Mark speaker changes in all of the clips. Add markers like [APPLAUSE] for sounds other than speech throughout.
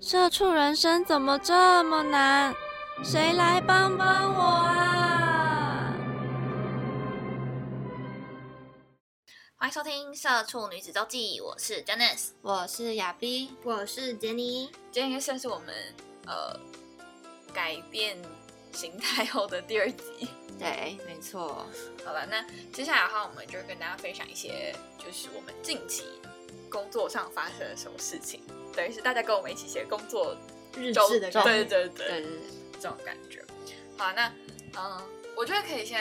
Speaker 1: 社畜人生怎么这么难？谁来帮帮我啊！
Speaker 2: 欢迎收听《社畜女子周记》，我是 Janice。
Speaker 1: 我是亚斌，
Speaker 3: 我是杰尼，
Speaker 2: 今天算是我们呃改变形态后的第二集。
Speaker 1: 对，没错，
Speaker 2: 好了，那接下来的话，我们就跟大家分享一些就是我们近期工作上发生了什么事情，等于是大家跟我们一起写工作
Speaker 3: 日
Speaker 2: 周
Speaker 3: 志的感
Speaker 2: 对
Speaker 3: 觉。
Speaker 2: 对
Speaker 1: 对
Speaker 2: 对
Speaker 1: 对对，
Speaker 2: 这种感觉。好，那嗯，我觉得可以先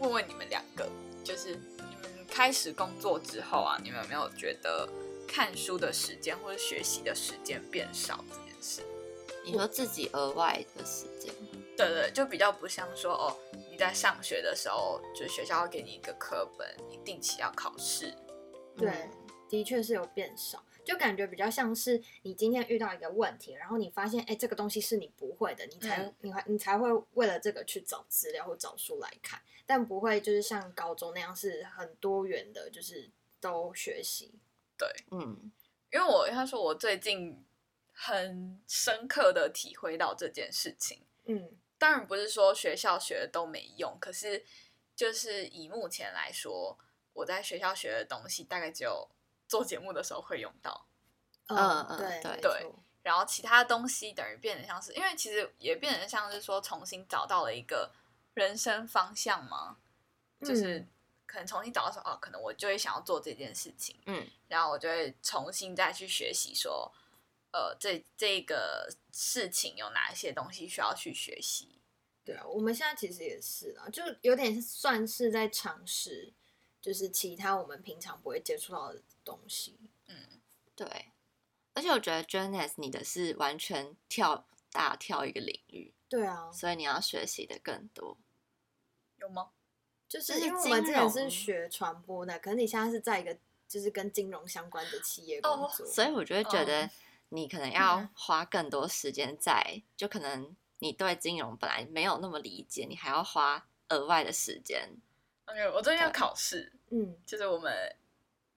Speaker 2: 问问你们两个，就是你们开始工作之后啊，你们有没有觉得看书的时间或者学习的时间变少这件事？
Speaker 1: 你说自己额外的时间，
Speaker 2: 对对，就比较不像说哦，你在上学的时候，就是学校要给你一个课本，你定期要考试。
Speaker 3: 对，的确是有变少，就感觉比较像是你今天遇到一个问题，然后你发现，哎、这个东西是你不会的，你才、
Speaker 2: 嗯
Speaker 3: 你还你才会为了这个去找资料或找书来看，但不会就是像高中那样是很多元的，就是都学习。
Speaker 1: 嗯，
Speaker 2: 因为我跟他说，我最近很深刻的体会到这件事情。
Speaker 3: 嗯，
Speaker 2: 当然不是说学校学的都没用，可是就是以目前来说，我在学校学的东西大概只有做节目的时候会用到，
Speaker 1: 嗯嗯
Speaker 3: 对
Speaker 1: 对
Speaker 3: 没
Speaker 2: 对
Speaker 3: 错
Speaker 2: 然后其他东西等于变得像是，因为其实也变得像是说重新找到了一个人生方向嘛，就是可能重新找到说哦，可能我就会想要做这件事情，
Speaker 1: 嗯，
Speaker 2: 然后我就会重新再去学习说，呃，这这个事情有哪一些东西需要去学习，
Speaker 3: 对啊，我们现在其实也是啦，就有点算是在尝试，就是其他我们平常不会接触到的东西。
Speaker 1: 对。而且我觉得 Janice 你的是完全跳大跳一个领域，
Speaker 3: 对啊，
Speaker 1: 所以你要学习的更多。
Speaker 2: 有吗？
Speaker 3: 就是
Speaker 1: 就是
Speaker 3: 因为我们之
Speaker 1: 金
Speaker 3: 前
Speaker 1: 融
Speaker 3: 是学传播的，可是你现在是在一个就是跟金融相关的企业
Speaker 2: 哦
Speaker 3: 工作，
Speaker 1: 所以我就会觉得
Speaker 2: 嗯
Speaker 1: 你可能要
Speaker 2: 嗯
Speaker 1: 花更多时间在，就可能你对金融本来没有那么理解，你还要花额外的时间。
Speaker 2: OK，我最近要
Speaker 1: 对
Speaker 2: 考试，
Speaker 3: 嗯，
Speaker 2: 就是我们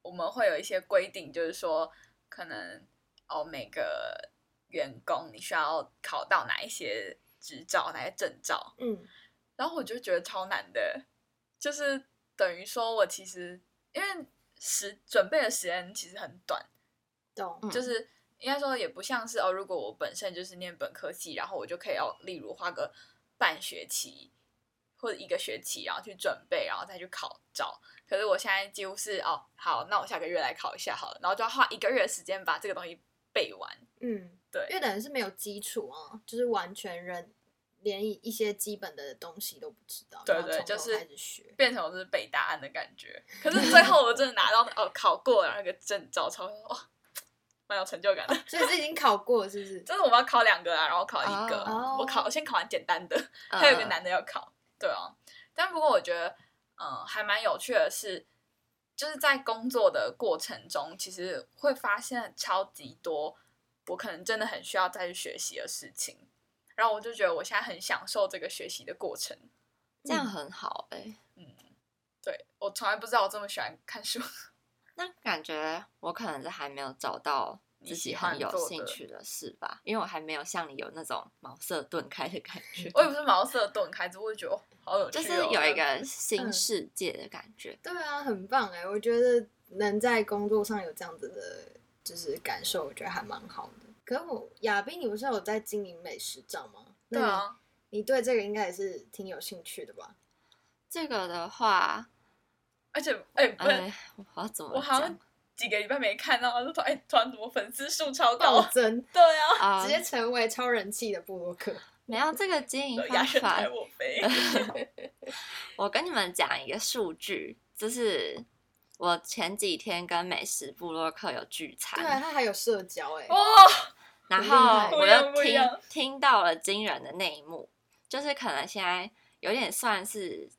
Speaker 2: 我们会有一些规定，就是说可能哦每个员工你需要考到哪一些执照、哪些证照，
Speaker 3: 嗯
Speaker 2: 然后我就觉得超难的，就是等于说我其实因为时准备的时间其实很短，
Speaker 3: 懂，
Speaker 1: 嗯
Speaker 2: 就是应该说也不像是哦，如果我本身就是念本科系，然后我就可以哦，例如花个半学期或者一个学期，然后去准备，然后再去考照。可是我现在几乎是哦，好，那我下个月来考一下好了，然后就要花一个月的时间把这个东西背完。
Speaker 3: 嗯，
Speaker 2: 对
Speaker 3: 因为等于是没有基础啊，就是完全人连一一些基本的东西都不知道，
Speaker 2: 对
Speaker 3: 然后
Speaker 2: 对
Speaker 3: 从
Speaker 2: 就
Speaker 3: 头
Speaker 2: 是
Speaker 3: 开始学， [LAUGHS]
Speaker 2: 变成我是背答案的感觉，可是最后我真的拿到哦考过然后那个证照，超哦蛮有成就感的。 [LAUGHS]
Speaker 3: 所以是已经考过了是不是？
Speaker 2: 就是我们要考两个啊，然后考一个
Speaker 3: 哦
Speaker 2: 我考我先考完简单的，
Speaker 1: 呃
Speaker 2: 还有个男的要考，对啊。但不过我觉得，嗯，还蛮有趣的是，就是在工作的过程中，其实会发现超级多我可能真的很需要再去学习的事情。然后我就觉得我现在很享受这个学习的过程。
Speaker 1: 这
Speaker 2: 嗯
Speaker 1: 样很好哎、
Speaker 2: 对我从来不知道我这么喜欢看书， [LAUGHS]
Speaker 1: 那感觉我可能是还没有找到
Speaker 2: 你
Speaker 1: 自
Speaker 2: 喜
Speaker 1: 己
Speaker 2: 欢
Speaker 1: 很有
Speaker 2: 做
Speaker 1: 兴
Speaker 2: 的
Speaker 1: 趣的事吧，因为我还没有像你有那种茅塞顿开的感觉，
Speaker 2: 我也不是茅塞顿开，只不过觉得哦好有趣、
Speaker 1: 就
Speaker 2: 哦。
Speaker 1: 是有一
Speaker 2: 这样
Speaker 1: 个
Speaker 2: 嗯
Speaker 1: 新世界的感觉。
Speaker 3: 对啊，很棒哎、我觉得能在工作上有这样子的，就是感受，我觉得还蛮好的。可是我亚斌，你不是有在经营美食账吗？那
Speaker 2: 对
Speaker 3: 你
Speaker 2: 啊，
Speaker 3: 你对这个应该也是挺有兴趣的吧？
Speaker 1: 这个的话，
Speaker 2: 而且哎、不是。
Speaker 1: 哎，我要怎么
Speaker 2: 我好像
Speaker 1: 讲
Speaker 2: 几个礼拜没看到，就突然哎，突然怎么粉丝数
Speaker 1: 哦
Speaker 2: 超
Speaker 3: 暴
Speaker 2: 高？
Speaker 1: [LAUGHS]
Speaker 3: 增，
Speaker 2: 对啊，
Speaker 1: 啊
Speaker 3: 直？接成为超人气的布洛克。
Speaker 1: 没有这个经营
Speaker 2: 压
Speaker 1: 方
Speaker 2: 身
Speaker 1: 法
Speaker 2: 抬我
Speaker 1: [LAUGHS]
Speaker 2: 飞。
Speaker 1: 我跟你们讲一个数据，就是我前几天跟美食部落客有聚
Speaker 3: 对啊，
Speaker 1: 餐，
Speaker 3: 他还有社交哎、
Speaker 2: 哦，
Speaker 1: 然
Speaker 3: 很
Speaker 1: 后
Speaker 3: 厉害
Speaker 1: 我
Speaker 2: 不一样
Speaker 1: 又
Speaker 2: 不一
Speaker 1: 听
Speaker 2: 样
Speaker 1: 听到了惊人的那一幕，就是可能现在有点算是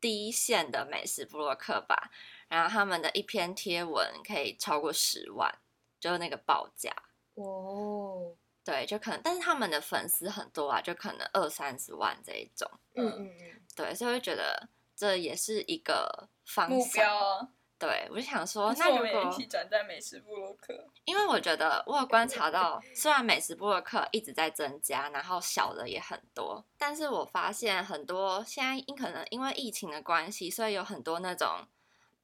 Speaker 1: 第一线的美食部落客吧，然后他们的一篇贴文可以超过十万，就是那个报价。
Speaker 3: 哦，
Speaker 1: 对，就可能，但是他们的粉丝很多啊，就可能二三十万这一种。
Speaker 3: 嗯嗯嗯，
Speaker 1: 对，所以我就觉得这也是一个方向。
Speaker 2: 目标啊，
Speaker 1: 对，我就想说，
Speaker 2: 可是
Speaker 1: 那
Speaker 2: 我
Speaker 1: 如
Speaker 2: 们也一
Speaker 1: 果
Speaker 2: 起转战美食部落客，
Speaker 1: 因为我觉得我有观察到，虽然美食部落客一直在增加，然后小的也很多，但是我发现很多现在因可能因为疫情的关系，所以有很多那种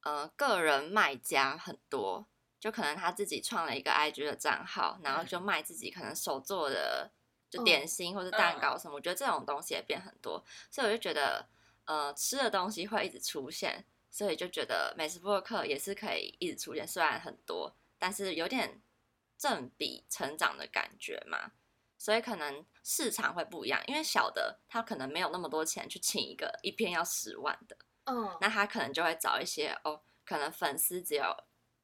Speaker 1: 呃个人卖家很多，就可能他自己创了一个 IG 的账号，然后
Speaker 2: 嗯
Speaker 1: 就卖自己可能手做的就
Speaker 3: 嗯
Speaker 1: 点心或者蛋糕什么，我觉得这种东西也变很多，所以我就觉得呃吃的东西会一直出现，所以就觉得美食部落客也是可以一直出现，虽然很多，但是有点正比成长的感觉嘛，所以可能市场会不一样，因为小的他可能没有那么多钱去请一个一篇要十万的，
Speaker 3: 嗯，
Speaker 1: 那他可能就会找一些哦，可能粉丝只有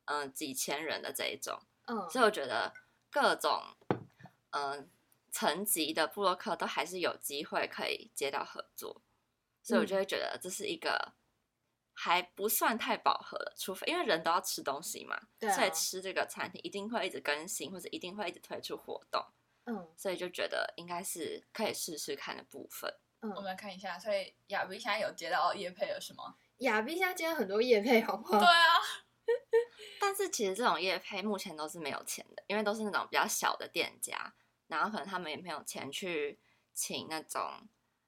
Speaker 1: 嗯、呃几千人的这一种，
Speaker 3: 嗯，
Speaker 1: 所以我觉得各种嗯、呃层级的布洛克都还是有机会可以接到合作，所以
Speaker 3: 嗯
Speaker 1: 我就会觉得这是一个还不算太饱和了，除非因为人都要吃东西嘛，
Speaker 3: 对啊
Speaker 1: 所以吃这个餐厅一定会一直更新，或者一定会一直推出活动，
Speaker 3: 嗯
Speaker 1: 所以就觉得应该是可以试试看的部分。
Speaker 3: 嗯，
Speaker 2: 我们来看一下。所以亚比现在有接到叶配了是吗？
Speaker 3: 亚碧现在接了很多夜配，好不好？
Speaker 2: 对啊，
Speaker 1: 但是其实这种业配目前都是没有钱的，因为都是那种比较小的店家，然后可能他们也没有钱去请那种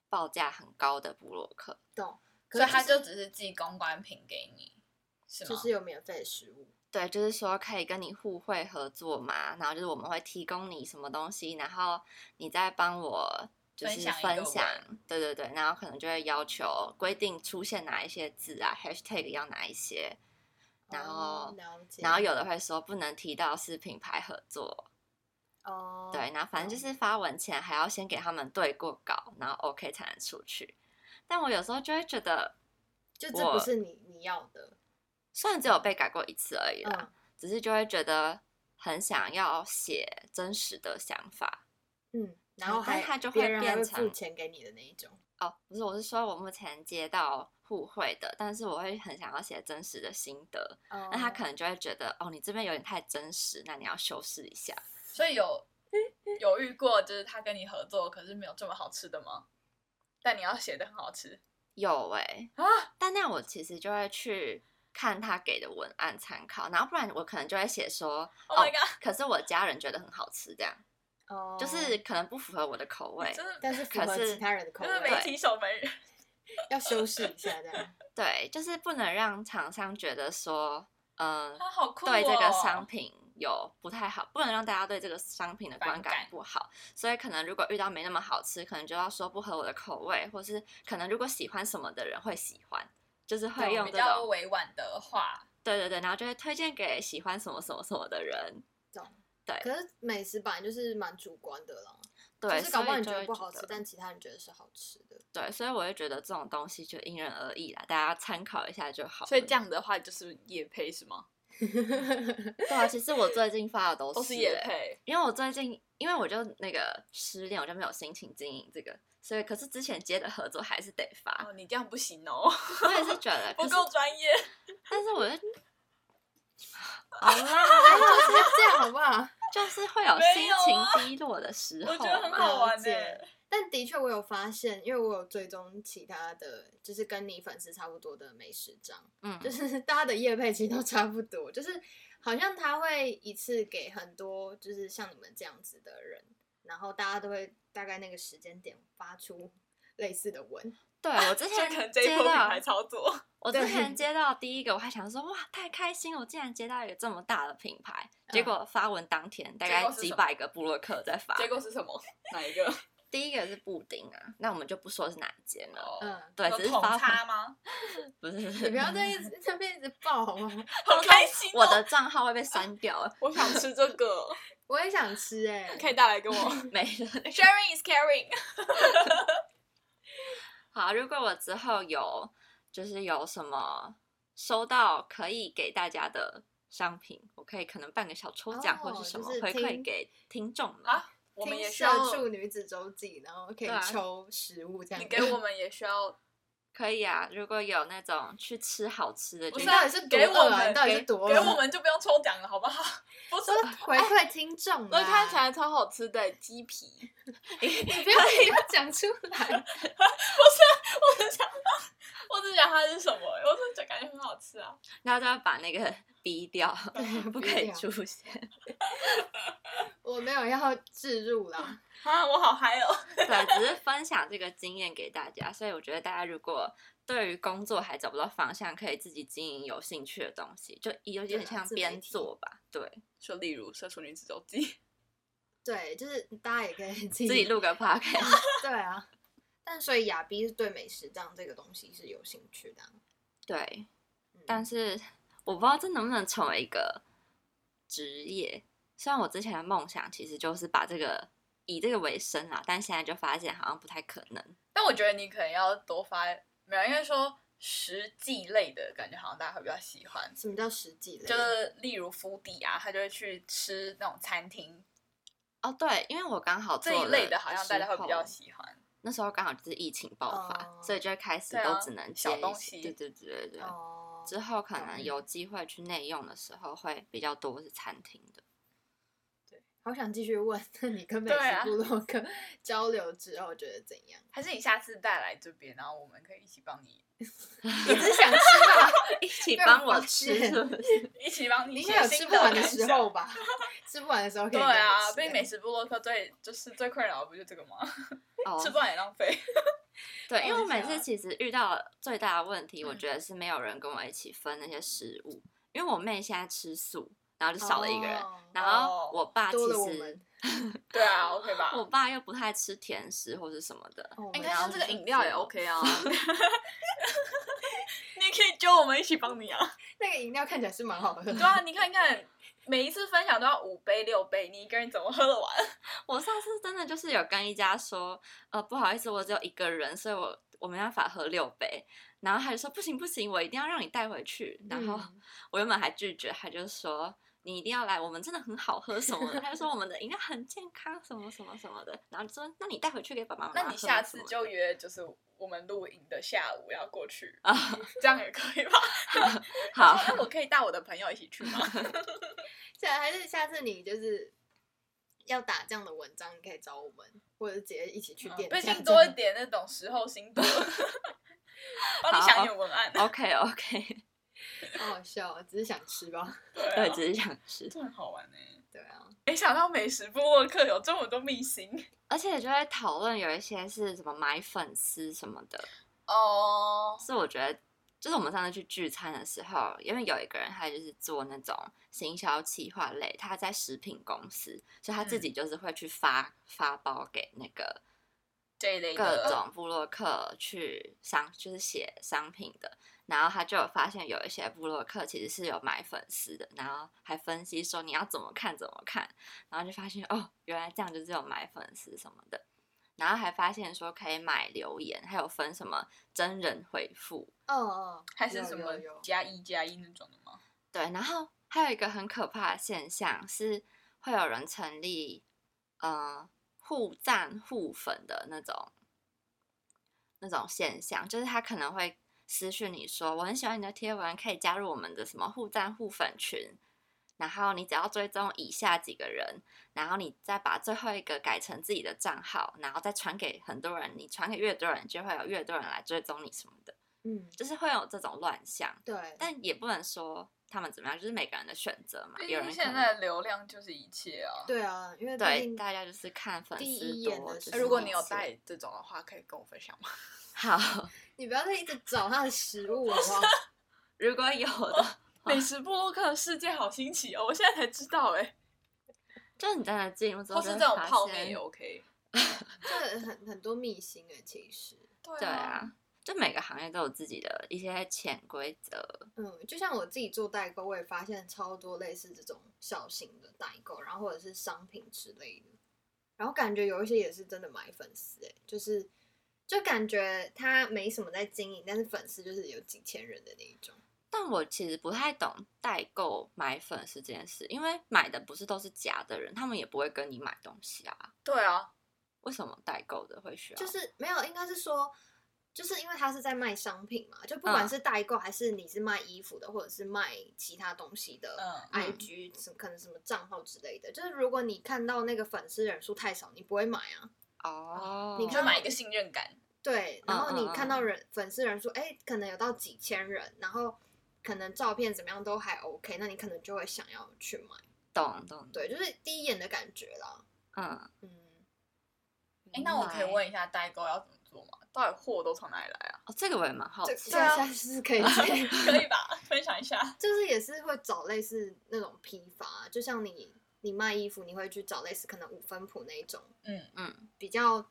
Speaker 1: 报价很高的布洛克。
Speaker 3: 懂。可
Speaker 2: 所以
Speaker 3: 是
Speaker 2: 他
Speaker 3: 就
Speaker 2: 就只是寄公关品给你，是
Speaker 3: 就
Speaker 2: 吗？
Speaker 3: 是有免费食物，
Speaker 1: 对，就是说可以跟你互惠合作嘛，然后就是我们会提供你什么东西，然后你再帮我就是
Speaker 2: 分享一个
Speaker 1: 分
Speaker 2: 文
Speaker 1: 享，对对对，然后可能就会要求规定出现哪一些字啊，#hashtag 要哪一些，然
Speaker 3: 哦
Speaker 1: 后
Speaker 3: 了解，
Speaker 1: 然后有的会说不能提到是品牌合作，
Speaker 3: 哦，
Speaker 1: 对，然后反正就是发文前还要先给他们对过稿，然后 OK 才能出去。但我有时候就会觉得，
Speaker 3: 就这不
Speaker 1: 我
Speaker 3: 是你你要的，
Speaker 1: 虽然只有被改过一次而已啦，
Speaker 3: 嗯
Speaker 1: 只是就会觉得很想要写真实的想法。
Speaker 3: 嗯，然后
Speaker 1: 但
Speaker 3: 还
Speaker 1: 他就
Speaker 3: 别
Speaker 1: 会
Speaker 3: 人还
Speaker 1: 变
Speaker 3: 会
Speaker 1: 成
Speaker 3: 付钱给你的那一种，
Speaker 1: 哦，不是，我是说我目前接到互惠的，但是我会很想要写真实的心得，
Speaker 3: 那
Speaker 1: 那他可能就会觉得，哦，你这边有点太真实，那你要修饰一下。
Speaker 2: 所以有有遇过，就是他跟你合作，可是没有这么好吃的吗？但你要写的很好吃
Speaker 1: 有哎、
Speaker 2: 啊，
Speaker 1: 但那我其实就会去看他给的文案参考，然后不然我可能就会写说
Speaker 2: Oh my god
Speaker 1: 哦，可是我家人觉得很好吃，这样
Speaker 3: 哦，
Speaker 1: 就是可能不符合我的口味。
Speaker 2: 真的
Speaker 3: 但是符
Speaker 1: 可
Speaker 3: 合
Speaker 1: 是
Speaker 3: 其他人的口
Speaker 2: 就是
Speaker 3: 味
Speaker 2: 媒，体守门人，
Speaker 3: 要修饰一下这样，
Speaker 1: 对，就是不能让厂商觉得说，嗯、
Speaker 2: 他好酷哦。
Speaker 1: 对这个商品有不太好，不能让大家对这个商品的观
Speaker 2: 反
Speaker 1: 感
Speaker 2: 感
Speaker 1: 不好。所以可能如果遇到没那么好吃，可能就要说不合我的口味，或是可能如果喜欢什么的人会喜欢，就是会用
Speaker 2: 比
Speaker 1: 这
Speaker 2: 较
Speaker 1: 种
Speaker 2: 委婉的话，
Speaker 1: 对对对，然后就会推荐给喜欢什么什么什么的人。
Speaker 3: 懂。
Speaker 1: 对
Speaker 3: 可是美食本来就是蛮主观的啦，
Speaker 1: 对，
Speaker 3: 就是搞不好
Speaker 1: 所以
Speaker 3: 你
Speaker 1: 就
Speaker 3: 觉得
Speaker 1: 会
Speaker 3: 不好吃，
Speaker 1: 得
Speaker 3: 但其他人觉得是好吃的。 [LAUGHS]
Speaker 1: 对，所以我就觉得这种东西就因人而异啦，大家参考一下就好了。
Speaker 2: 所以这样的话就是夜配是吗？
Speaker 1: 对啊，其实我最近发的都
Speaker 2: 都
Speaker 1: 是
Speaker 2: 是夜
Speaker 1: 欸
Speaker 2: 配，
Speaker 1: 因为我最近因为我就那个失恋，我就没有心情经营这个，所以可是之前接的合作还是得发。
Speaker 2: 哦，你这样不行哦，
Speaker 1: 我也是觉得
Speaker 2: [LAUGHS] 不够，专业。
Speaker 1: 可是但是我就好啦，
Speaker 3: 哎，就是这样好不好？
Speaker 1: 就是会有
Speaker 2: 没
Speaker 1: 心
Speaker 2: 有啊
Speaker 1: 情低落的时候
Speaker 2: 我觉得很
Speaker 1: 嘛
Speaker 2: 好玩欸
Speaker 3: 了
Speaker 2: 呢、
Speaker 3: 解但的确，我有发现，因为我有追踪其他的，就是跟你粉丝差不多的美食账，
Speaker 1: 嗯，
Speaker 3: 就是是 [LAUGHS] 大家的业配其实都差不多，就是好像他会一次给很多，就是像你们这样子的人，然后大家都会大概那个时间点发出类似的文，
Speaker 1: 对我
Speaker 2: [LAUGHS]
Speaker 1: 之
Speaker 2: 这可
Speaker 1: 前
Speaker 2: 能这一
Speaker 1: 接
Speaker 2: 波品
Speaker 1: 到
Speaker 2: 牌操作，
Speaker 1: 我之
Speaker 3: 对
Speaker 1: 前接到第一个，我还想说哇，太开心了，我竟然接到一个这么大的品牌。结
Speaker 3: 嗯
Speaker 1: 果发文当天，大
Speaker 2: 结
Speaker 1: 概
Speaker 2: 果是
Speaker 1: 几
Speaker 2: 什么
Speaker 1: 百个布洛克在发。
Speaker 2: [LAUGHS] 结果是什么？哪一 [LAUGHS] 个？
Speaker 1: 第一个是布丁啊，那我们就不说是哪一间了，
Speaker 2: 哦，
Speaker 3: 嗯，
Speaker 1: 对，
Speaker 2: 有
Speaker 1: 只是
Speaker 2: 统
Speaker 1: 发
Speaker 2: 差吗？
Speaker 1: 不是不
Speaker 3: 你
Speaker 1: 是
Speaker 3: 不，要在一直那边一直爆好 [LAUGHS] 吗？
Speaker 2: [LAUGHS] 好开心、哦！
Speaker 1: 我的账号会被删掉了，
Speaker 2: 我想吃这 [LAUGHS] 个，
Speaker 3: 我也想吃哎、
Speaker 2: 可以带来给 [LAUGHS] 我。
Speaker 1: 没了。 [LAUGHS]
Speaker 2: Sharing is caring。
Speaker 1: 好，如果我之后有就是有什么收到可以给大家的商品，我可以可能办个小抽奖或
Speaker 3: 哦
Speaker 1: 者什么
Speaker 3: 就是
Speaker 1: 回馈
Speaker 3: 听
Speaker 1: 给听众们
Speaker 2: 啊 [LAUGHS] 我们
Speaker 3: 听
Speaker 2: 也需
Speaker 3: 社
Speaker 2: 要
Speaker 3: 畜女子周记，然后可
Speaker 1: 对啊
Speaker 3: 以抽食物这样。
Speaker 2: 你给我们也需 [LAUGHS] 要，
Speaker 1: 可以啊，如果有那种去吃好吃的，
Speaker 2: 不
Speaker 1: 就是
Speaker 3: 你到底是多
Speaker 2: 给我
Speaker 3: 饿啊
Speaker 2: 们
Speaker 3: 你到底
Speaker 2: 给
Speaker 3: 是多
Speaker 2: 给
Speaker 3: 饿
Speaker 2: 我们就不用抽奖了，好不好？不是 [LAUGHS]
Speaker 3: 都，回馈听众啦，
Speaker 2: 我看起来超好吃的鸡皮，
Speaker 3: 你不要不要讲出来，
Speaker 2: 我只想，我只想它是什么，欸我是觉得感觉很好吃啊。
Speaker 1: 然后就要把那个 [LAUGHS] 逼掉，
Speaker 3: [LAUGHS] 对
Speaker 1: [LAUGHS] 不可以
Speaker 3: 逼掉
Speaker 1: 出现。
Speaker 3: 我没有要置入啦。
Speaker 2: 啊，我好嗨哦！
Speaker 1: [LAUGHS] 对，只是分享这个经验给大家，所以我觉得大家如果对于工作还找不到方向，可以自己经营有兴趣的东西，就有
Speaker 3: 对
Speaker 1: 点
Speaker 3: 啊
Speaker 1: 像
Speaker 3: 自媒
Speaker 1: 边
Speaker 3: 体
Speaker 1: 做吧，对
Speaker 2: 说例如《社畜女子周记》，
Speaker 3: 对，就是大家也可以自己
Speaker 1: 自己录个 [LAUGHS] podcast。
Speaker 3: 对啊，但所以亚逼是对美食这样这个东西是有兴趣的啊、
Speaker 1: 对，
Speaker 3: 嗯
Speaker 1: 但是我不知道这能不能成为一个职业。虽然我之前的梦想其实就是把这个以这个为生啊，但现在就发现好像不太可能。
Speaker 2: 但我觉得你可能要多发，没有，应该说实际类的感觉，好像大家会比较喜欢。
Speaker 3: 什么叫实际的？
Speaker 2: 就是例如福迪啊，他就会去吃那种餐厅
Speaker 1: 哦，对，因为我刚好
Speaker 2: 这
Speaker 1: 做
Speaker 2: 一
Speaker 1: 了
Speaker 2: 类的，好像大家会
Speaker 1: 之
Speaker 2: 比较
Speaker 1: 后
Speaker 2: 喜欢。
Speaker 1: 那时候刚好就是疫情爆发，
Speaker 3: 哦
Speaker 1: 所以就会开始
Speaker 2: 对啊
Speaker 1: 都只能接
Speaker 2: 小
Speaker 1: 一
Speaker 2: 东
Speaker 1: 些
Speaker 2: 西
Speaker 1: 对对对对对。
Speaker 3: 哦，
Speaker 1: 之后可能
Speaker 3: 懂
Speaker 1: 有机会去内用的时候，会比较多是餐厅的。
Speaker 3: 好想继续问，那你跟美
Speaker 2: 对啊
Speaker 3: 食部落客交流之后觉得怎样？
Speaker 2: 还是你下次带来这边，然后我们可以一起帮你，
Speaker 3: [LAUGHS] 你只想吃吧？
Speaker 1: 一起
Speaker 3: 被我
Speaker 1: 帮我
Speaker 3: 发
Speaker 1: 吃
Speaker 3: 现
Speaker 1: 是不是？
Speaker 2: 一起
Speaker 3: [LAUGHS]
Speaker 2: 帮
Speaker 3: 你
Speaker 2: 你
Speaker 3: 应该有
Speaker 2: 写
Speaker 3: 吃
Speaker 2: 心
Speaker 3: 不
Speaker 2: 得
Speaker 3: 完
Speaker 2: 感
Speaker 3: 的
Speaker 2: 想。
Speaker 3: 时候吧？吃不完的时候可以
Speaker 2: 对
Speaker 3: 跟我们
Speaker 2: 啊，
Speaker 3: 吃
Speaker 2: 被美食部落客最就是最困扰的不就这个吗？
Speaker 1: [LAUGHS] 哦
Speaker 2: 吃不完也浪费。
Speaker 1: 对，因为我
Speaker 2: 放
Speaker 1: 每
Speaker 2: 下
Speaker 1: 次其实遇到最大的问题，我
Speaker 2: 嗯
Speaker 1: 觉得是没有人跟我一起分那些食物，因为我妹现在吃素，然后就少了一个人，
Speaker 3: 哦
Speaker 1: 然后我爸其
Speaker 3: 多了我们
Speaker 1: 实。
Speaker 2: 对啊，OK 吧？
Speaker 1: 我爸又不太吃甜食或是什么的，
Speaker 3: 哦哦我们
Speaker 2: 应该
Speaker 1: 然后
Speaker 2: 像这个
Speaker 1: 就
Speaker 2: 饮料也
Speaker 1: 只有
Speaker 2: OK
Speaker 3: [LAUGHS]
Speaker 2: 啊。你也可以揪我们一起帮你啊。
Speaker 3: 那个饮料看起来是蛮好喝
Speaker 2: [LAUGHS] 对
Speaker 3: 的，
Speaker 2: 啊，你看看，每一次分享都要五杯六杯，你一个人怎么喝得完？
Speaker 1: 我上次真的就是有跟一家说，呃，不好意思，我只有一个人，所以我我没办法喝六杯。然后他就说不行不行，我一定要让你带回去。然后
Speaker 3: [LAUGHS] 嗯
Speaker 1: 我原本还拒绝，他就说你一定要来，我们真的很好喝什么的。他就说我们的饮料很健康，什么什么什么的。然后就说那你带回去给爸爸妈妈喝什么
Speaker 2: 那
Speaker 1: 的。
Speaker 2: 你下次就约，就是我们露营的下午要过去，
Speaker 1: 啊
Speaker 2: 这样也可以吧？
Speaker 1: 好，
Speaker 2: 那我可以带我的朋友一起去 [LAUGHS] 吗？
Speaker 3: 这啊还是下次你就是要打这样的文章，你可以找我们，或者直接一起去店
Speaker 2: 嗯毕
Speaker 3: 家
Speaker 2: 竟
Speaker 3: 这
Speaker 2: 多一
Speaker 3: 样
Speaker 2: 点那种时候心 [LAUGHS] 得，帮你想一点文案。
Speaker 1: OK OK，
Speaker 3: 好好笑哦，只是想吃吧。
Speaker 1: 对，
Speaker 2: 对啊
Speaker 1: 只是想吃，
Speaker 2: 这很好玩哎、
Speaker 3: 对啊，
Speaker 2: 没想到美食部落客有这么多秘辛
Speaker 1: 而且就会讨论有一些是什么买粉丝什么的。
Speaker 2: 哦。
Speaker 1: 是我觉得，就是我们上次去聚餐的时候，因为有一个人他就是做那种行销企划类，他在食品公司，所以他自己就是会去发、发包给那个
Speaker 2: 这一类的
Speaker 1: 各种部落客去商，就是写商品的。然后他就有发现有一些部落客其实是有买粉丝的，然后还分析说你要怎么看怎么看，然后就发现哦，原来这样就是有买粉丝什么的。然后还发现说可以买留言，还有分什么真人回复，
Speaker 3: 哦哦，
Speaker 2: 还是
Speaker 3: 有
Speaker 2: 什么
Speaker 3: 有有
Speaker 2: 加一加一那种的吗？
Speaker 1: 对，然后还有一个很可怕的现象是，会有人成立呃互赞互粉的那种那种现象，就是他可能会私讯你说我很喜欢你的贴文，可以加入我们的什么互赞互粉群，然后你只要追踪以下几个人，然后你再把最后一个改成自己的账号，然后再传给很多人，你传给越多人，就会有越多人来追踪你什么的，
Speaker 3: 嗯，
Speaker 1: 就是会有这种乱象。
Speaker 3: 对，
Speaker 1: 但也不能说他们怎么样，就是每个人的选择嘛。
Speaker 2: 毕
Speaker 1: 有人
Speaker 2: 竟
Speaker 1: 可
Speaker 2: 现
Speaker 1: 能
Speaker 2: 在流量就是一切啊。
Speaker 3: 对啊，因为毕
Speaker 1: 对
Speaker 3: 竟
Speaker 1: 大家就是看粉
Speaker 3: 第
Speaker 1: 丝
Speaker 3: 一眼
Speaker 1: 多，
Speaker 3: 的
Speaker 1: 就
Speaker 3: 时
Speaker 1: 是
Speaker 3: 候
Speaker 2: 如果你
Speaker 1: 一
Speaker 2: 有
Speaker 1: 起
Speaker 2: 带这种的话，可以跟我分享吗？
Speaker 1: 好，
Speaker 3: 你不要再一直找他的食物好不好？
Speaker 1: 如果
Speaker 2: [LAUGHS]
Speaker 1: 有的，
Speaker 2: [LAUGHS] 美食部落客的世界好新奇哦，我现在才知道哎、
Speaker 1: 就你真的进入之后，
Speaker 2: 或是这种泡面也 OK。
Speaker 3: 这很很多秘辛哎，其实，
Speaker 1: 对，啊，就每个行业都有自己的一些潜规则。
Speaker 3: 嗯，就像我自己做代购，我也发现超多类似这种小型的代购，然后或者是商品之类的，然后感觉有一些也是真的买粉丝哎，就是就感觉他没什么在经营，但是粉丝就是有几千人的那一种。
Speaker 1: 但我其实不太懂代购买粉丝这件事，因为买的不是都是假的人，他们也不会跟你买东西啊。
Speaker 2: 对啊，
Speaker 1: 为什么代购的会需要？
Speaker 3: 就是没有，应该是说，就是因为他是在卖商品嘛，就不管
Speaker 1: 嗯
Speaker 3: 是代购还是你是卖衣服的，或者是卖其他东西的
Speaker 2: 嗯
Speaker 1: 嗯
Speaker 3: IG 什么可能什么账号之类的，就是如果你看到那个粉丝人数太少，你不会买啊。
Speaker 1: 哦，
Speaker 3: 你
Speaker 2: 你
Speaker 3: 看
Speaker 2: 就买一个信任感，
Speaker 3: 对，然后
Speaker 1: 嗯
Speaker 3: 你
Speaker 1: 嗯
Speaker 3: 看到
Speaker 1: 嗯
Speaker 3: 人、粉丝人数，哎，可能有到几千人，然后可能照片怎么样都还 OK，那你可能就会想要去买。
Speaker 1: 懂懂，
Speaker 3: 对，就是第一眼的感觉啦。
Speaker 1: 嗯。
Speaker 3: 嗯，
Speaker 2: 哎、那我可以
Speaker 1: 原来
Speaker 2: 问一下代购要怎么做吗？到底货都从哪里来啊？
Speaker 1: 哦，这个我也蛮好
Speaker 3: 这
Speaker 1: 奇。
Speaker 3: 这
Speaker 2: 对啊
Speaker 3: 下是
Speaker 1: [LAUGHS]
Speaker 3: 可以接
Speaker 2: [LAUGHS] 可以吧？分享一下。
Speaker 3: 就是也是会找类似那种批发，啊就像你你卖衣服，你会去找类似可能五分铺那一种
Speaker 2: 嗯，
Speaker 1: 嗯，
Speaker 3: 比较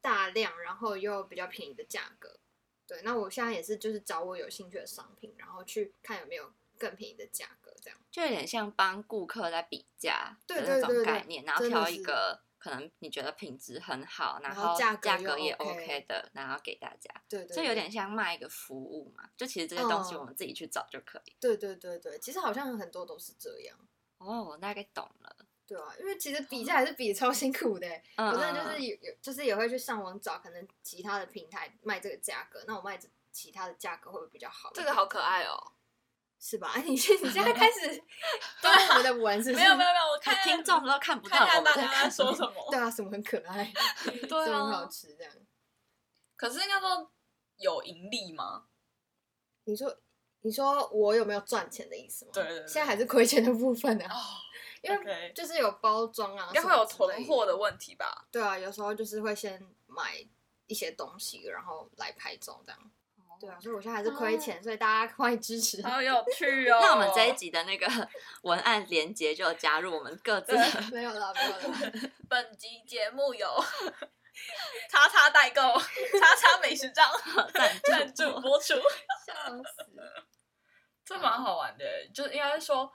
Speaker 3: 大量，然后又比较便宜的价格。对，那我现在也是就是找我有兴趣的商品，然后去看有没有更便宜的价格这样。
Speaker 1: 就有点像帮顾客在比价的
Speaker 3: 对
Speaker 1: 那
Speaker 3: 对对
Speaker 1: 种
Speaker 3: 对
Speaker 1: 概念，然后
Speaker 3: 真的
Speaker 1: 挑一
Speaker 3: 是
Speaker 1: 个可能你觉得品质很好，
Speaker 3: 然后
Speaker 1: 后
Speaker 3: 价
Speaker 1: 价
Speaker 3: 格又
Speaker 1: 也
Speaker 3: OK
Speaker 1: OK 的，然后给大家。
Speaker 3: 对对
Speaker 1: 这有
Speaker 3: 对
Speaker 1: 点像卖一个服务嘛，就其实这些东西
Speaker 3: 嗯
Speaker 1: 我们自己去找就可以。
Speaker 3: 对对对对，其实好像很多都是这样。
Speaker 1: 哦，我大概懂了。
Speaker 3: 对啊，因为其实比价
Speaker 2: 哦
Speaker 3: 还是比超辛苦的欸、
Speaker 1: 嗯，
Speaker 3: 我真
Speaker 1: 嗯
Speaker 3: 的
Speaker 1: 嗯
Speaker 3: 就是有有，就是也会去上网找，可能其他的平台卖这个价格，那我卖这其他的价格会不会比较好？
Speaker 2: 这个好可，爱哦。
Speaker 3: 是吧？ [LAUGHS] 你现你现在开始跟我们的文是不是
Speaker 2: [LAUGHS] 没有没有没有，我看
Speaker 1: 看哎听众都看不到
Speaker 2: 看一下
Speaker 1: 我们
Speaker 2: 大
Speaker 1: 在
Speaker 2: 家在
Speaker 1: 看什
Speaker 2: 说
Speaker 1: 么。
Speaker 2: 什么。
Speaker 3: [LAUGHS] 对啊，什么很可爱，
Speaker 1: 对啊
Speaker 3: [LAUGHS] 什么很好吃这样。
Speaker 2: 可是应该说有盈利吗？
Speaker 3: 你说你说我有没有赚钱的意思吗？
Speaker 2: 对对对
Speaker 3: 现在还是亏钱的部分啊，
Speaker 2: 哦，
Speaker 3: 因为
Speaker 2: OK
Speaker 3: 就是有包装啊，
Speaker 2: 应该会有
Speaker 3: 什么之类
Speaker 2: 囤货的问题吧？
Speaker 1: [LAUGHS]
Speaker 3: 对啊，有时候就是会先买一些东西，然后来拍照这样。对啊，所以我现在还是亏钱，所以大家欢迎支持。
Speaker 2: 好有趣哦。
Speaker 1: 那我们这一集的那个 [LAUGHS] 文案连接就有加入我们各自的。
Speaker 3: 没有啦，没有啦，
Speaker 2: 本集节目有叉叉代购、叉叉美食账 [LAUGHS] 赞助播 [LAUGHS] 出，
Speaker 3: 笑死！
Speaker 2: 这蛮好玩的耶。就是应该是说，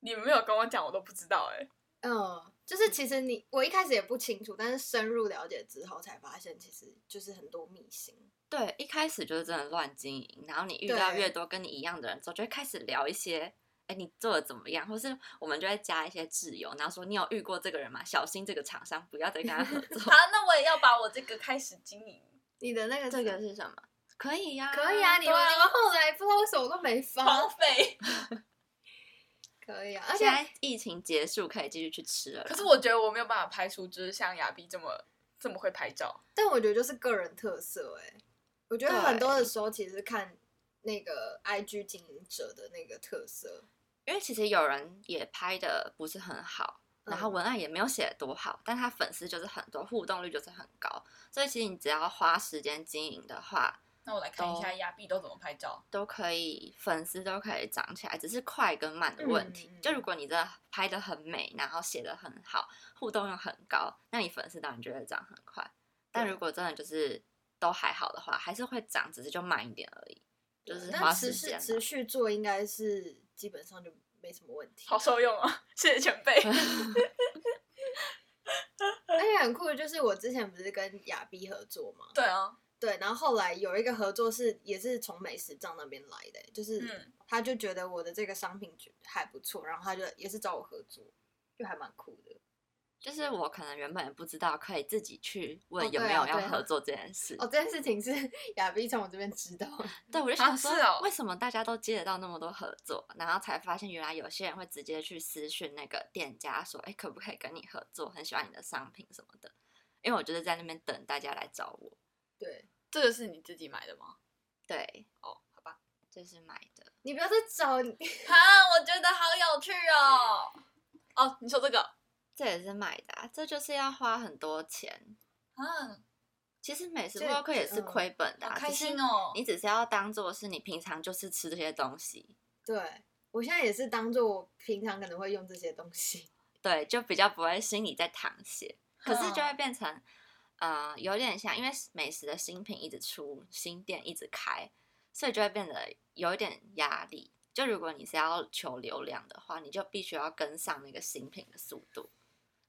Speaker 2: 你们没有跟我讲，我都不知道哎。
Speaker 3: [LAUGHS] 嗯，就是其实你我一开始也不清楚，但是深入了解之后才发现，其实就是很多秘辛。
Speaker 1: 对，一开始就是真的乱经营，然后你遇
Speaker 3: 对
Speaker 1: 到越多跟你一样的人之后，就会开始聊一些。哎，你做的怎么样？或是我们就会加一些挚友，然后说你有遇过这个人吗？小心这个厂商，不要再跟他合作
Speaker 2: 好。，那我也要把我这个开始经营。
Speaker 3: 你的那
Speaker 1: [LAUGHS]
Speaker 3: 个
Speaker 1: 这个是什么？ [LAUGHS] 可以呀、
Speaker 3: 可以啊，你们、
Speaker 2: 对啊
Speaker 3: 你们后来不知道为什么都没发
Speaker 2: 荒，废，
Speaker 3: 可以啊，而且
Speaker 1: 现在疫情结束，可以继续去吃了啦。
Speaker 2: [LAUGHS] 可是我觉得我没有办法拍出，就是像亚碧这么这么会拍照。
Speaker 3: 但我觉得就是个人特色哎、我觉得
Speaker 1: 对
Speaker 3: 很多的时候其实是看那个 IG 经营者的那个特色，
Speaker 1: 因为其实有人也拍的不是很好，
Speaker 3: 嗯
Speaker 1: 然后文案也没有写的多好，但他粉丝就是很多，互动率就是很高，所以其实你只要花时间经营的话，
Speaker 2: 那我来看一下
Speaker 1: 哦
Speaker 2: 亚碧都怎么拍照。
Speaker 1: 都可以粉丝都可以长起来，只是快跟慢的问题。
Speaker 3: 嗯嗯
Speaker 1: 就如果你真的拍的很美，然后写的很好，互动又很高，那你粉丝当然就会长很快。但
Speaker 3: 对
Speaker 1: 如果真的就是都还好的话，还是会长，只是就慢一点而已，就是花
Speaker 3: 但持
Speaker 1: 时
Speaker 3: 续
Speaker 1: 间啊。
Speaker 3: 持续做应该是基本上就没什么问题。
Speaker 2: 好受用哦，谢谢前辈。
Speaker 3: 而且很酷的就是我之前不是跟亚碧合作嘛，
Speaker 2: [LAUGHS] 对啊，
Speaker 3: 对，然后后来有一个合作是也是从美食账那边来的、欸就是
Speaker 2: 嗯
Speaker 3: 他就觉得我的这个商品觉还不错，然后他就也是找我合作，就还蛮酷的。
Speaker 1: 就是我可能原本也不知道可以自己去
Speaker 3: 哦
Speaker 1: 问有
Speaker 3: 对
Speaker 1: 没
Speaker 3: 啊
Speaker 1: 有要
Speaker 3: 对啊
Speaker 1: 合作这件事。
Speaker 3: 哦，这件事情是 [LAUGHS] 亚碧从我这边知道的，
Speaker 1: 对，我就
Speaker 2: 啊
Speaker 1: 想
Speaker 2: 是
Speaker 1: 说
Speaker 2: 哦，
Speaker 1: 为什么大家都接得到那么多合作，然后才发现原来有些人会直接去私讯那个店家说，哎，可不可以跟你合作？很喜欢你的商品什么的。因为我就是在那边等大家来找我，
Speaker 3: 对。
Speaker 2: 这个是你自己买的吗？
Speaker 1: 对，
Speaker 2: 哦，好吧。
Speaker 1: 就是买的。
Speaker 3: 你不要再找你 [LAUGHS]
Speaker 2: 啊，我觉得好有趣哦。哦，你说这个，
Speaker 1: 这也是买的、啊，这就是要花很多钱。
Speaker 2: 嗯，
Speaker 1: 其实美食
Speaker 3: 这
Speaker 1: 布洛克也是
Speaker 3: 嗯
Speaker 1: 亏本的、
Speaker 2: 好
Speaker 1: 啊，
Speaker 2: 开
Speaker 1: 只是
Speaker 2: 心哦
Speaker 1: 你只是要当做是你平常就是吃这些东西，
Speaker 3: 对我现在也是当做我平常可能会用这些东西。
Speaker 1: 对，就比较不会心里在淌血，可是就会
Speaker 2: 嗯
Speaker 1: 变成，呃，有点像，因为美食的新品一直出，新店一直开，所以就会变得有一点压力。就如果你是要求流量的话，你就必须要跟上那个新品的速度，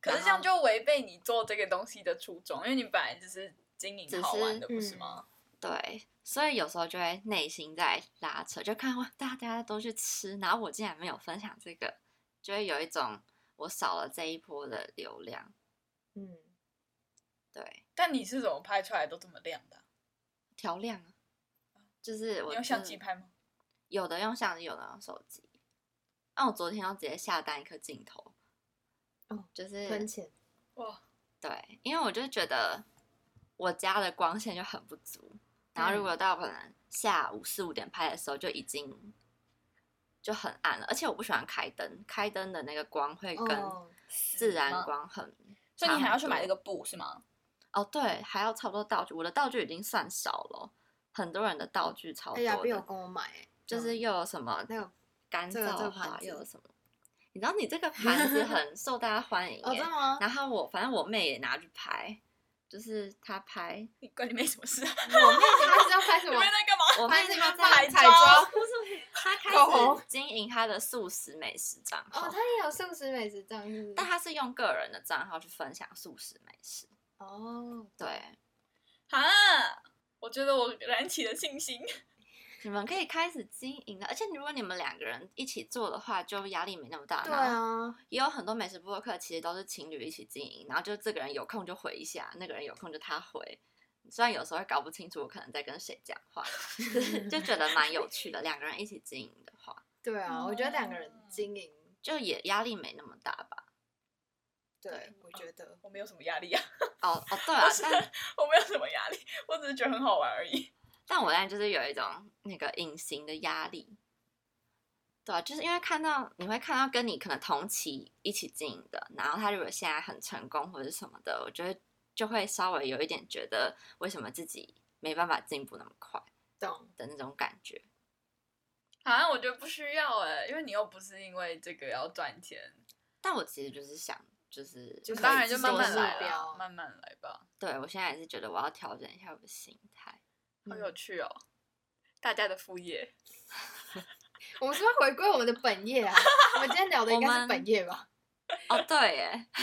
Speaker 2: 可是这
Speaker 1: 然
Speaker 2: 样
Speaker 1: 后
Speaker 2: 就违背你做这个东西的初衷，因为你本来就是经营
Speaker 1: 只
Speaker 2: 好玩
Speaker 1: 是
Speaker 2: 的，不
Speaker 3: 嗯
Speaker 2: 是吗？
Speaker 1: 对，所以有时候就会内心在拉扯，就看哇，大家都去吃，然后我竟然没有分享这个，就会有一种我少了这一波的流量。
Speaker 3: 嗯，
Speaker 1: 对，
Speaker 2: 但你是怎么拍出来都这么亮的啊、
Speaker 1: 调亮啊，就是我
Speaker 2: 你用相
Speaker 1: 真
Speaker 2: 机
Speaker 1: 的
Speaker 2: 拍吗？
Speaker 1: 有的用相机，有的用手机。那我昨天要直接下单一颗镜头，
Speaker 3: 哦
Speaker 1: 就是
Speaker 3: 喷钱，
Speaker 2: 哇，
Speaker 1: 对，因为我就觉得我家的光线就很不足，然后如
Speaker 3: 嗯
Speaker 1: 果到可能下午四五点拍的时候就已经就很暗了，而且我不喜欢开灯，开灯的那个光会跟
Speaker 3: 哦
Speaker 1: 自然
Speaker 2: 吗
Speaker 1: 光很。
Speaker 2: 所以你还要去买
Speaker 1: 那
Speaker 2: 那个布是吗？
Speaker 1: 哦，对，还要差不多道具，我的道具已经算少了，很多人的道具超
Speaker 3: 哎
Speaker 1: 多
Speaker 3: 呀，
Speaker 1: 的，
Speaker 3: 不有跟我买欸，
Speaker 1: 就是又有什么
Speaker 3: 那个
Speaker 1: 干
Speaker 3: 这个这
Speaker 1: 燥
Speaker 3: 个
Speaker 1: 花
Speaker 3: 盘，子
Speaker 1: 又有什么？你知道你这个盘
Speaker 3: [LAUGHS]
Speaker 1: 子很受大家欢迎
Speaker 3: 哦，
Speaker 1: 耶
Speaker 3: 真的吗？
Speaker 1: 然后我反正我妹也拿去拍，就是她
Speaker 3: [LAUGHS]
Speaker 1: 拍，
Speaker 2: 你关你妹什么
Speaker 1: [LAUGHS]
Speaker 2: 事啊？
Speaker 3: 我妹你们是要拍什
Speaker 2: [LAUGHS] 你妹
Speaker 3: 么？
Speaker 2: 在干嘛？
Speaker 1: 我妹
Speaker 3: 拍这
Speaker 1: 她
Speaker 3: 个
Speaker 1: 在
Speaker 3: 彩
Speaker 2: 彩
Speaker 3: 妆 [LAUGHS]
Speaker 2: 妆
Speaker 1: 不是她开
Speaker 3: 口红
Speaker 1: 始经营她的素食美食账号，
Speaker 3: 哦，她也有素食美食账，是不是
Speaker 1: 但她是用个人的账号去分享素食美食。
Speaker 3: 哦，
Speaker 1: 对，
Speaker 2: 啊！我觉得我燃起了信心。 [LAUGHS]
Speaker 1: 你们可以开始经营的，而且如果你们两个人一起做的话，就压力没那么大。
Speaker 3: 对，啊，
Speaker 1: 也有很多美食播客其实都是情侣一起经营，然后就这个人有空就回一下，那个人有空就他回。虽然有时候会搞不清楚我可能在跟谁讲话， [LAUGHS] 就是就觉得蛮有趣的。两个人一起经营的话，
Speaker 3: 对啊，我觉得两个人经营，
Speaker 1: 就也压力没那么大吧。
Speaker 3: 对我觉得
Speaker 2: 我没有什么压力啊，
Speaker 1: 哦哦，对啊
Speaker 2: 不，是
Speaker 1: 但
Speaker 2: [LAUGHS] 我没有什么压力，我只是觉得很好玩而已。
Speaker 1: 但我现在就是有一种那个隐形的压力，对啊，就是因为看到你会看到跟你可能同期一起经营的，然后他如果现在很成功或者什么的，我觉得就会稍微有一点觉得为什么自己没办法进步那么快
Speaker 3: 懂，
Speaker 1: 的那种感觉。
Speaker 2: 好啊像我觉得不需要哎、因为你又不是因为这个要赚钱，
Speaker 1: 但我其实就是想，就是
Speaker 3: 就
Speaker 1: 可以
Speaker 2: 当然就
Speaker 1: 做
Speaker 2: 慢慢
Speaker 1: 什么
Speaker 2: 来
Speaker 3: 目标
Speaker 2: 啦，慢慢来吧。
Speaker 1: 对我现在也是觉得我要调整一下我的心态。
Speaker 2: 好有趣哦，大家的副业。 [LAUGHS]
Speaker 3: 我们是不是回归我们的本业啊？我们今天聊的应该是本业吧？
Speaker 1: 哦，对耶， [LAUGHS]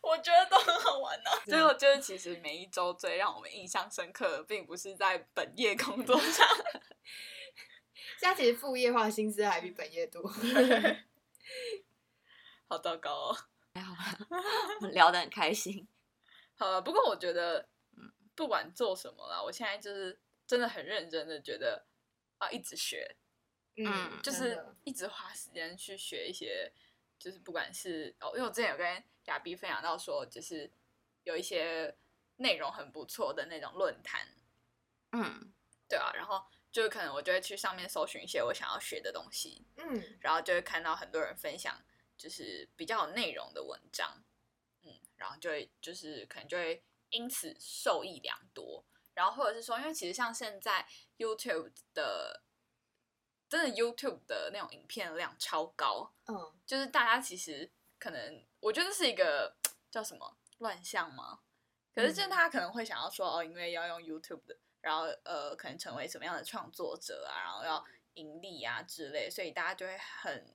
Speaker 2: 我觉得都很好玩呢、
Speaker 3: 对
Speaker 2: 所以我觉得其实每一周最让我们印象深刻，的，并不是在本业工作上，
Speaker 3: 现在其实副业花的心思还比本业多。 [LAUGHS]
Speaker 2: 好糟糕哦。
Speaker 1: 我们聊得很开心。
Speaker 2: 好了，不过我觉得，嗯不管做什么啦，我现在就是真的很认真的觉得啊，一直学，
Speaker 1: 嗯
Speaker 2: 就
Speaker 3: 真
Speaker 2: 是
Speaker 3: 的
Speaker 2: 一直花时间去学一些，就是不管是哦，因为我之前有跟亚碧分享到说，就是有一些内容很不错的那种论坛，
Speaker 1: 嗯，
Speaker 2: 对啊，然后就可能我就会去上面搜寻一些我想要学的东西，
Speaker 3: 嗯，
Speaker 2: 然后就会看到很多人分享就是比较有内容的文章，嗯，然后就会就是可能就会因此受益良多。然后或者是说，因为其实像现在 YouTube 的，真的 YouTube 的那种影片量超高，
Speaker 3: 嗯，
Speaker 2: 就是大家其实可能我觉得是一个叫什么乱象吗？可是就是
Speaker 3: 嗯
Speaker 2: 大家可能会想要说哦，因为要用 YouTube 的，然后呃，可能成为什么样的创作者啊，然后要盈利啊之类，所以大家就会很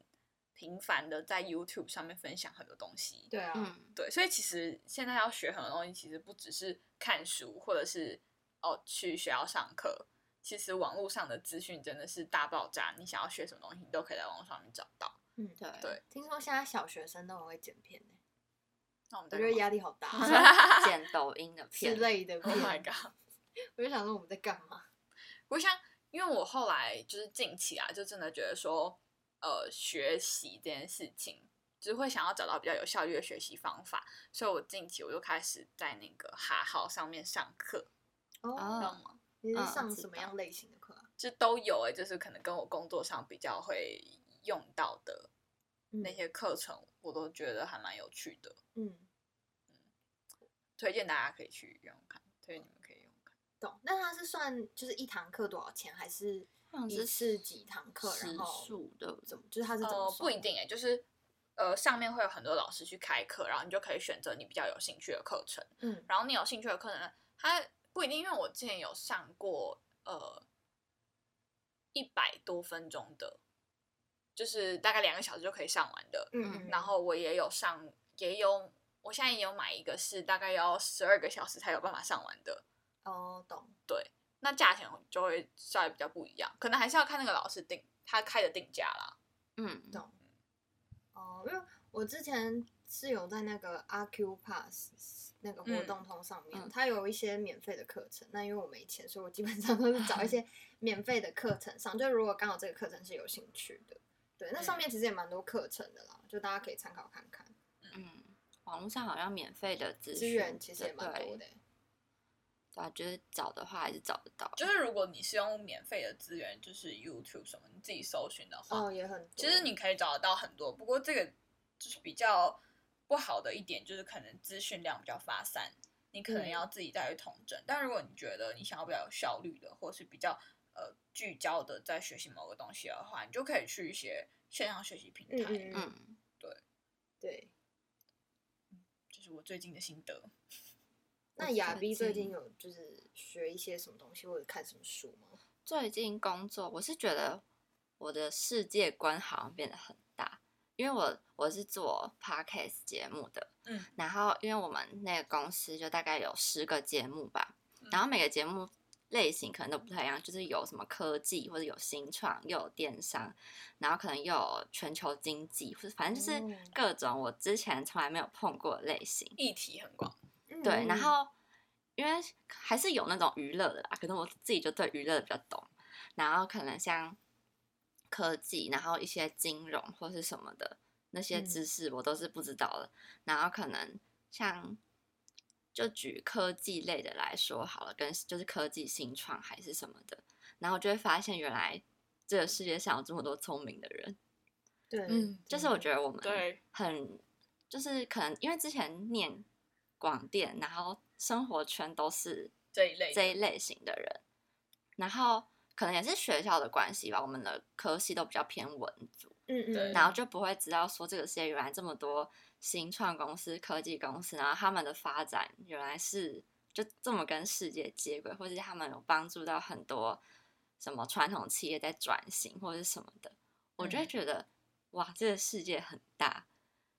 Speaker 2: 频繁的在 YouTube 上面分享很多东西。
Speaker 3: 对啊，
Speaker 1: 嗯，
Speaker 2: 对，所以其实现在要学很多东西，其实不只是看书或者是哦去学校上课，其实网络上的资讯真的是大爆炸，你想要学什么东西，你都可以在网络上面找到。
Speaker 3: 嗯，
Speaker 1: 对
Speaker 2: 对
Speaker 3: 听说现在小学生都很会剪片呢，
Speaker 2: 那我们
Speaker 3: 我
Speaker 2: 再
Speaker 3: 觉得
Speaker 2: 干嘛
Speaker 3: 压力好大啊
Speaker 1: 剪抖音的
Speaker 3: 之
Speaker 1: 片，
Speaker 3: 类的
Speaker 2: Oh my
Speaker 3: 片。
Speaker 2: god！
Speaker 3: 我就想说我们在干嘛？
Speaker 2: 我想，因为我后来就是近期啊，就真的觉得说，呃，学习这件事情，就是会想要找到比较有效率的学习方法，所以我近期我就开始在那个哈好上面上课，你知道
Speaker 3: 哦，
Speaker 2: 吗？
Speaker 3: 你是
Speaker 1: 嗯
Speaker 3: 上
Speaker 1: 知
Speaker 3: 什么
Speaker 1: 道
Speaker 3: 样类型的课啊？
Speaker 2: 就都有诶、就是可能跟我工作上比较会用到的那
Speaker 3: 嗯
Speaker 2: 些课程，我都觉得还蛮有趣的，
Speaker 3: 嗯，
Speaker 2: 推荐大家可以去用用看，推荐你们可以用用看。
Speaker 3: 懂。那它是算就是一堂课多少钱，还是
Speaker 1: 好像
Speaker 3: 一
Speaker 1: 是
Speaker 3: 次几堂课？然
Speaker 1: 时
Speaker 3: 后
Speaker 1: 数对不对
Speaker 3: 怎？么？就是它是怎么
Speaker 2: 呃，
Speaker 3: 算
Speaker 2: 不
Speaker 3: 的？
Speaker 2: 一定诶、就是呃，上面会有很多老师去开课，然后你就可以选择你比较有兴趣的课程。
Speaker 3: 嗯。
Speaker 2: 然后你有兴趣的课程，它不一定，因为我之前有上过呃一百多分钟的，就是大概两个小时就可以上完的。
Speaker 3: 嗯，嗯
Speaker 2: 然后我也有上，也有我现在也有买一个是大概要十二个小时才有办法上完的。
Speaker 3: 哦，懂。
Speaker 2: 那价钱就会稍微比较不一样，可能还是要看那个老师定他开的定价啦。
Speaker 1: 嗯，
Speaker 3: 哦，因为我之前是有在那个阿 Q Pass 那个活动通上面，
Speaker 1: 嗯
Speaker 3: 它有一些免费的课程。那因为我没钱，所以我基本上都是找一些
Speaker 1: [LAUGHS]
Speaker 3: 免费的课程上。就如果刚好这个课程是有兴趣的，对，那上
Speaker 2: 嗯
Speaker 3: 面其实也蛮多课程的啦，就大家可以参考看看。
Speaker 1: 嗯，网络上好像免费的资
Speaker 3: 资
Speaker 1: 讯
Speaker 3: 源其实
Speaker 1: 对
Speaker 3: 也蛮多的、
Speaker 1: 对啊，就是找的话还是找得到。
Speaker 2: 就是如果你是用免费的资源，就是 YouTube 什么，你自己搜寻的话，
Speaker 3: 哦，也很多。
Speaker 2: 其实你可以找得到很多，不过这个就是比较不好的一点，就是可能资讯量比较发散，你可能
Speaker 3: 嗯
Speaker 2: 要自己再去统整。但如果你觉得你想要比较有效率的，或是比较呃聚焦的在学习某个东西的话，你就可以去一些线上学习平
Speaker 3: 嗯
Speaker 2: 台。
Speaker 3: 嗯嗯，
Speaker 1: 嗯，
Speaker 3: 对。
Speaker 2: 这是我最近的心得。
Speaker 3: 那
Speaker 1: 我
Speaker 3: 亚
Speaker 1: 最
Speaker 3: 逼最近
Speaker 1: 近
Speaker 3: 有就是学一些什么东西或者看什么书吗？
Speaker 1: 最近工作，我是觉得我的世界观好像变得很大，因为我我是做 podcast 节目的，
Speaker 2: 嗯，
Speaker 1: 然后因为我们那个公司就大概有十个节目吧，然后每个节目类型可能都不太一样，就是有什么科技或者有新创，又有电商，然后可能又有全球经济，或者反正就是
Speaker 3: 哦
Speaker 1: 各种我之前从来没有碰过的类型。
Speaker 2: 议题很广，
Speaker 1: 对，然
Speaker 3: 嗯
Speaker 1: 后因为还是有那种娱乐的啦，可能我自己就对娱乐比较懂，然后可能像科技，然后一些金融或是什么的那些
Speaker 3: 嗯
Speaker 1: 知识我都是不知道的，然后可能像。就举科技类的来说好了，跟就是科技新创还是什么的，然后就会发现原来这个世界上有这么多聪明的人，
Speaker 3: 对，
Speaker 2: 嗯
Speaker 3: 嗯
Speaker 1: 就是我觉得我们
Speaker 2: 对，
Speaker 1: 很就是可能因为之前念广电，然后生活圈都是
Speaker 2: 这一类的
Speaker 1: 这一类型的人，然后可能也是学校的关系吧，我们的科系都比较偏文组，
Speaker 3: 嗯嗯，
Speaker 2: 对
Speaker 1: 然后就不会知道说这个世界原来这么多新创公司、科技公司，然后他们的发展原来是就这么跟世界接轨，或者是他们有帮助到很多什么传统企业在转型或者是什么的，我就会
Speaker 2: 嗯
Speaker 1: 觉得、哇，这个世界很大。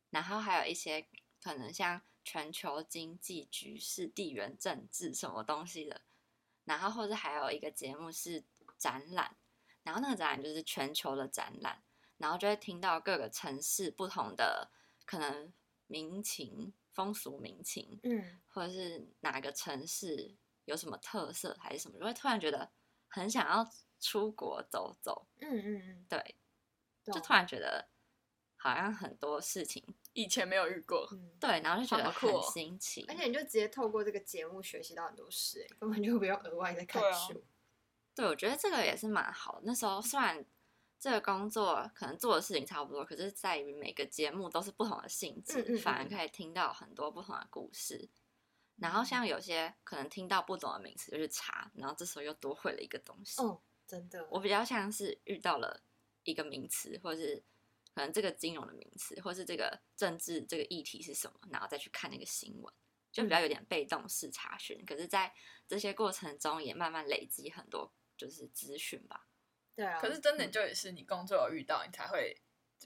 Speaker 1: 然后还有一些可能像全球经济局势、地缘政治什么东西的，然后或者还有一个节目是展览，然后那个展览就是全球的展览。然后就会听到各个城市不同的可能民情、风俗民情，
Speaker 3: 嗯，
Speaker 1: 或者是哪个城市有什么特色还是什么，就会突然觉得很想要出国走走。
Speaker 3: 嗯嗯嗯，
Speaker 1: 对，
Speaker 3: 懂
Speaker 1: 就突然觉得好像很多事情
Speaker 2: 以前没有遇过，
Speaker 3: 嗯，
Speaker 1: 对，然后就觉得
Speaker 2: 好酷哦
Speaker 1: 很新奇。
Speaker 3: 而且你就直接透过这个节目学习到很多事、欸，根本就不用额外再看
Speaker 2: 对啊
Speaker 3: 书。
Speaker 1: 对，我觉得这个也是蛮好的。那时候虽然这个工作可能做的事情差不多，可是在于每个节目都是不同的性质，
Speaker 3: 嗯嗯
Speaker 1: 反而
Speaker 3: 嗯
Speaker 1: 可以听到很多不同的故事。然后像有些可能听到不懂的名词就去查，然后这时候又多会了一个东西。
Speaker 3: 哦，真的，
Speaker 1: 我比较像是遇到了一个名词，或是可能这个金融的名词，或是这个政治这个议题是什么，然后再去看那个新闻，就比较有点被动式查询。可是，在这些过程中，也慢慢累积很多就是资讯吧。
Speaker 3: 对啊，
Speaker 2: 可是真的就也是你工作有遇到，你才会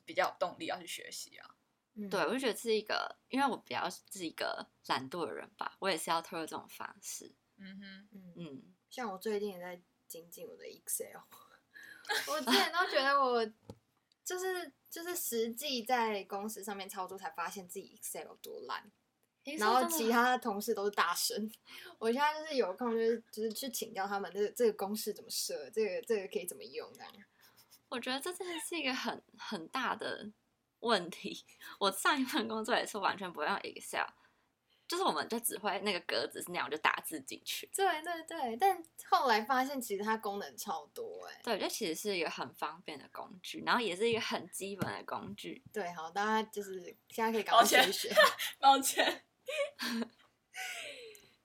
Speaker 2: 比较有动力要去学习啊。
Speaker 3: 嗯
Speaker 1: 对，我就觉得是一个，因为我比较是一个懒惰的人吧，我也是要透过这种方式。
Speaker 2: 嗯哼，
Speaker 3: 嗯，
Speaker 1: 嗯，
Speaker 3: 像我最近也在精进我的 Excel，我之前都觉得我就是就是实际在公司上面操作才发现自己 Excel 有多烂，然后其他的啊同事都是大神。我现在就是有空就是就是去请教他们这个这个公式怎么设，这个这个可以怎么用这样。
Speaker 1: 我觉得这真的是一个很很大的问题。我上一份工作也是完全不会用 Excel，就是我们就只会那个格子是那样，我就打字进去。
Speaker 3: 对对对，但后来发现其实它功能超多哎、
Speaker 1: 对，这其实是一个很方便的工具，然后也是一个很基本的工具。
Speaker 3: 对，好，大家就是现在可以赶快
Speaker 2: 抱歉
Speaker 3: 学一 [LAUGHS] 学。
Speaker 2: 抱歉。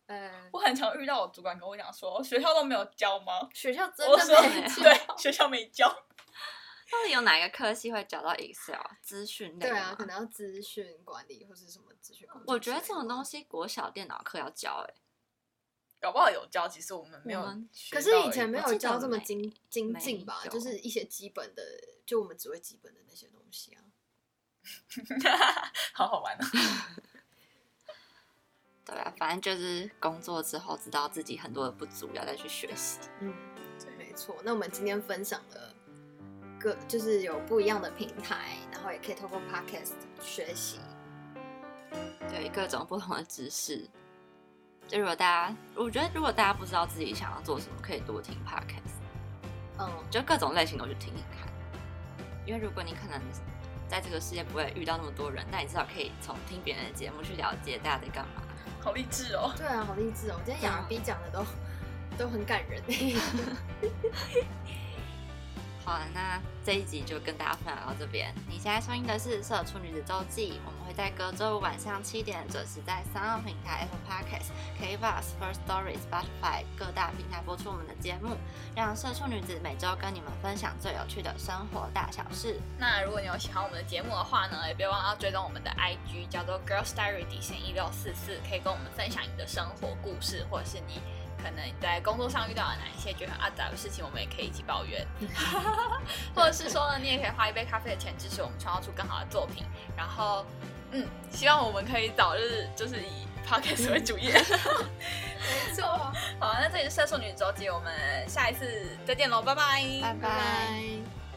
Speaker 3: 嗯，
Speaker 2: 我很常遇到我主管跟我讲说，哦学校都没有教吗？
Speaker 3: 学校真
Speaker 2: 我
Speaker 3: 的
Speaker 2: 说
Speaker 3: 没教。
Speaker 2: 对，学校没教。
Speaker 1: 到底有哪一个科系会找到 Excel 啊资讯类
Speaker 3: 对
Speaker 1: 的
Speaker 3: 啊，
Speaker 1: 吗
Speaker 3: 可能要资讯管理或是什么资讯管理之类的。
Speaker 1: 我觉得这种东
Speaker 3: 西，
Speaker 1: 西国小电脑课要教、欸，
Speaker 2: 搞不好有教，其实我们没有
Speaker 1: 我们
Speaker 2: 学
Speaker 3: 可
Speaker 2: 到而已。
Speaker 3: 是以前没
Speaker 1: 我
Speaker 3: 有
Speaker 1: 记得
Speaker 3: 教这么
Speaker 1: 没
Speaker 3: 精精进
Speaker 1: 没
Speaker 3: 吧，
Speaker 1: 有
Speaker 3: 就是一些基本的，就我们只会基本的那些东西啊。
Speaker 2: [LAUGHS] 哦好好玩啊！
Speaker 1: 对啊，反正就是工作之后知道自己很多的不足，要再去学习。
Speaker 3: 嗯，没错。那我们今天分享了各就是有不一样的平台，然后也可以透过 podcast 学习。
Speaker 1: 对各种不同的知识。就如果大家，我觉得如果大家不知道自己想要做什么，可以多听 podcast，
Speaker 3: 嗯，
Speaker 1: 就各种类型都去听听看。因为如果你可能在这个世界不会遇到那么多人，但你至少可以从听别人的节目去了解大家在干嘛。
Speaker 2: 好励志哦。
Speaker 3: 对啊，好励志哦！今天
Speaker 1: 对啊
Speaker 3: 杨 B 讲的都 [LAUGHS] 都很感人。欸
Speaker 1: 好了，那这一集就跟大家分享到这边。你现在收听的是《社畜女子周记》，我们会在隔周五晚上七点准时在三号平台 Apple Podcasts、k b u s First Story、Spotify 各大平台播出我们的节目，让社畜女子每周跟你们分享最有趣的生活大小事。
Speaker 2: 那如果你有喜欢我们的节目的话呢，也别忘了要追踪我们的 IG，叫做 Girls Diary 底线一六四四，可以跟我们分享你的生活故事，或者是你可能在工作上遇到了哪一些觉得很阿杂的事情，我们也可以一起抱怨， [LAUGHS] 或者是说呢，你也可以花一杯咖啡的钱支持我们创造出更好的作品。然后，嗯，希望我们可以早日就是以 podcast 为主业。没 [LAUGHS] 错，好，那这里是《射手女周记》，我们下一次再见喽，拜拜，
Speaker 1: [LAUGHS] 拜拜。
Speaker 3: [LAUGHS] 拜。